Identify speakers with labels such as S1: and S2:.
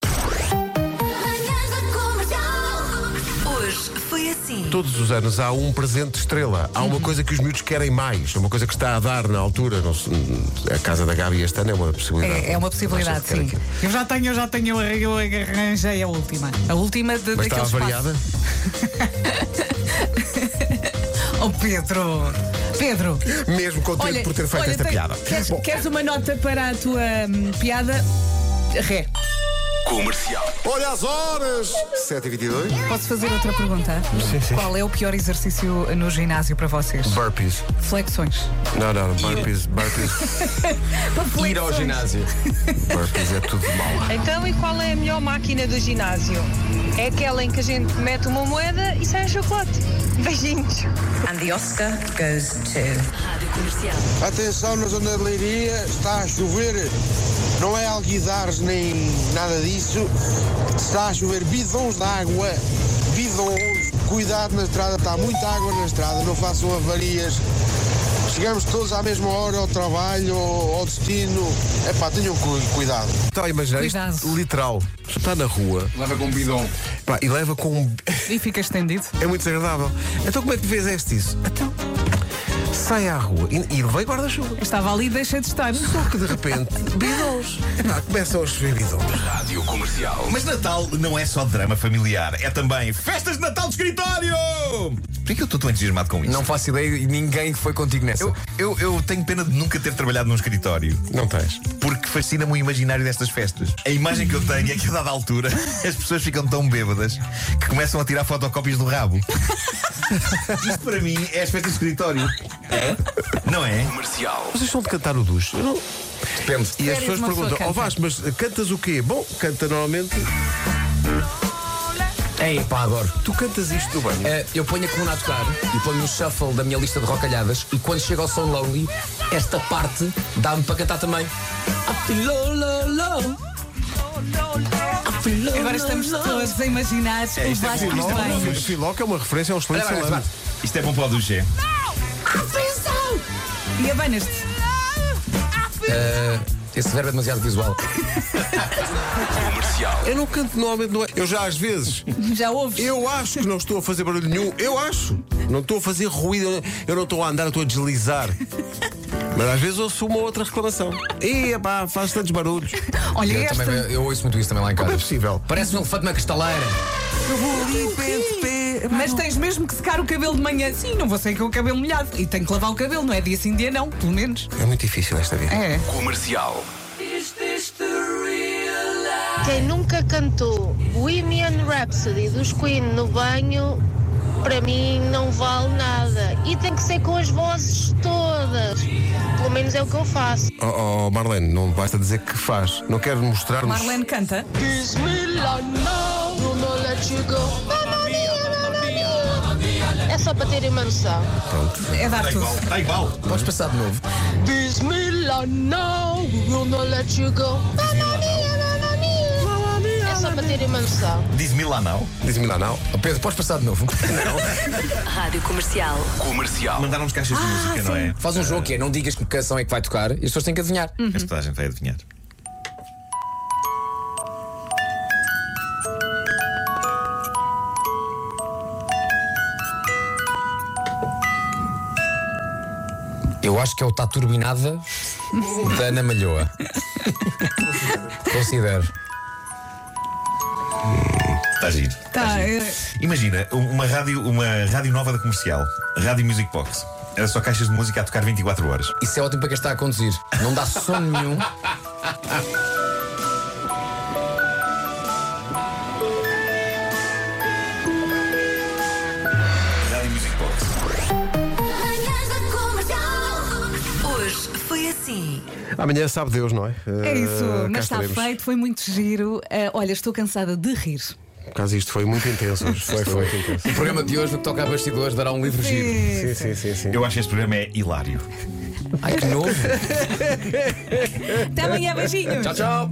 S1: assim.
S2: Sim.
S3: Todos os anos há um presente estrela. Há
S2: Uhum.
S3: uma coisa que os miúdos querem mais. É Uma coisa que está a dar na altura. Não se- a casa da Gabi este ano é uma possibilidade.
S2: É, é uma
S3: Não
S2: possibilidade,
S3: sei se quer
S2: sim.
S3: aquilo.
S1: Eu já tenho, eu já tenho, eu arranjei a última.
S2: A última de,
S3: Mas
S2: daquele espaço.
S3: estava variada?
S1: Oh Pedro! Pedro!
S3: Mesmo contente por ter feito
S1: olha,
S3: esta
S1: tem-
S3: piada.
S1: Queres,
S3: Bom,
S1: queres uma nota para a tua hum, piada? Ré.
S4: Comercial.
S3: olha as horas! 7h22.
S1: Posso fazer outra pergunta?
S3: Sim, sim.
S1: Qual é o pior exercício no ginásio para vocês?
S3: Burpees.
S1: Flexões.
S3: Não, não, burpees, burpees,
S4: Ir ao ginásio.
S3: burpees é tudo de mal.
S5: Então, e qual é a melhor máquina do ginásio? É aquela em que a gente mete uma moeda e sai um chocolate. Beijinhos.
S6: And the Oscar goes to.
S7: Atenção na zona de Leiria, está a chover. Não é alguizares nem nada disso. Está a chover bidons de água. Bidons. Cuidado na estrada, está muita água na estrada, não façam avarias. Chegamos todos à mesma hora ao trabalho, ao ao destino. Epá, tenham cu- cuidado.
S3: Está a imaginar isto
S1: Cuidado.
S3: literal. Está na rua
S4: Leva com um bidon.
S3: pá, e leva com um.
S1: E fica estendido?
S3: É muito desagradável. Então como é que fizeste isso? Então. Sai à rua e, e levei guarda-chuva.
S1: Estava ali e deixa de estar.
S3: Só que de repente, bidons. Epá, começam a chover bidons.
S4: Rádio Comercial.
S8: Mas Natal não é só drama familiar, é também festas de Natal de escritório! Porquê que eu estou tão entusiasmado com isto?
S4: Não faço ideia e ninguém foi contigo nessa.
S8: Eu, eu, eu tenho pena de nunca ter trabalhado num escritório,
S3: Não tens.
S8: porque fascina-me o imaginário destas festas. A imagem que eu tenho é que a dada altura as pessoas ficam tão bêbadas que começam a tirar fotocópias do rabo. Isto para mim é as festas de escritório. É? Não é?
S4: Comercial.
S3: Vocês estão de cantar o duche. Eu não-
S4: Depende.
S3: E as
S1: Férias
S3: pessoas
S1: uma pessoa
S3: perguntam, ó
S1: canta."
S3: Vasco, mas cantas o quê? Bom, canta normalmente.
S4: Ei, pá, adoro.
S3: Tu cantas isto do banho.
S9: Eh, eu ponho a coluna a tocar e ponho no shuffle da minha lista de rocalhadas e quando chego ao Song Lonely, esta parte dá-me para cantar também. I feel all alone. I feel all
S1: Agora estamos
S9: alone.
S1: todos a imaginar
S8: É,
S1: o
S8: isto é
S1: Vasco
S8: possível.
S1: bem.
S8: Não, não,
S3: O Filó que é uma referência a um excelente
S8: Olha, vai, vai,
S3: salame.
S8: vai. Isto é bom para o Duché.
S1: E abanas-te.
S9: Esse verbo é demasiado visual.
S3: Eu não canto normalmente, não é? Eu já às vezes,
S1: Já ouves?
S3: eu acho que não estou a fazer barulho nenhum, eu acho. Não estou a fazer ruído, eu não- eu não estou a andar, eu estou a deslizar. Mas às vezes ouço uma outra reclamação. E pá, faz tantos barulhos.
S1: Olha
S9: Eu,
S1: esta.
S9: também, eu ouço muito isso também lá em
S3: Como é
S9: casa.
S3: possível?
S9: Parece um elefante na cristaleira.
S3: Eu vou ali, pé de pé.
S1: Mas tens mesmo que secar o cabelo de manhã. Sim, não vou sair com o cabelo molhado. E tenho que lavar o cabelo, não é dia sim, dia não, pelo menos.
S3: É muito difícil esta vida.
S1: É.
S4: Comercial.
S10: Quem nunca cantou Women Rhapsody dos Queen no banho, para mim não vale nada. E tem que ser com as vozes todas. Pelo menos é o que eu faço.
S3: Oh, oh, Marlene, não basta dizer que faz. Não quero mostrar-nos.
S1: Marlene canta.
S10: É só para terem uma noção.
S1: É dar
S8: Está
S1: tudo.
S8: igual, está igual.
S9: Podes passar de novo.
S10: This Milan, no, we will not let you go. Mamma mia, mamma mia. É só para terem uma noção.
S8: Diz-me lá não.
S3: Diz-me lá, não.
S9: Oh, Pedro, podes passar de novo.
S6: Rádio Comercial.
S4: Comercial.
S8: Mandaram-nos caixas de música, não é?
S9: Faz um jogo que é não digas que canção é que vai tocar e as pessoas têm que adivinhar.
S8: Mas toda a gente vai adivinhar.
S9: Eu acho que é o Tá Turbinada da Ana Malhoa. Considero.
S8: Está giro.
S1: Tá, é,
S8: Imagina, um- uma rádio, uma rádio nova da comercial, Rádio Music Box. Era só caixas de música a tocar 24 horas.
S9: Isso é ótimo para quem está a conduzir. Não dá sono nenhum.
S8: Rádio Music Box.
S6: Hoje foi assim.
S3: Amanhã sabe Deus, não é?
S1: é isso,
S3: Eh, cá
S1: mas está
S3: estaremos.
S1: feito, foi muito giro. Ah, olha, estou cansada de rir.
S3: Por causa disto foi muito intenso. hoje. foi, foi. Muito intenso.
S9: O programa de hoje, no que toca a bastidores, dará um livro giro.
S3: Sim, sim, sim, sim.
S8: Eu acho que este programa é hilário.
S9: Ai, que novo.
S1: Até amanhã, beijinhos.
S9: Tchau, tchau.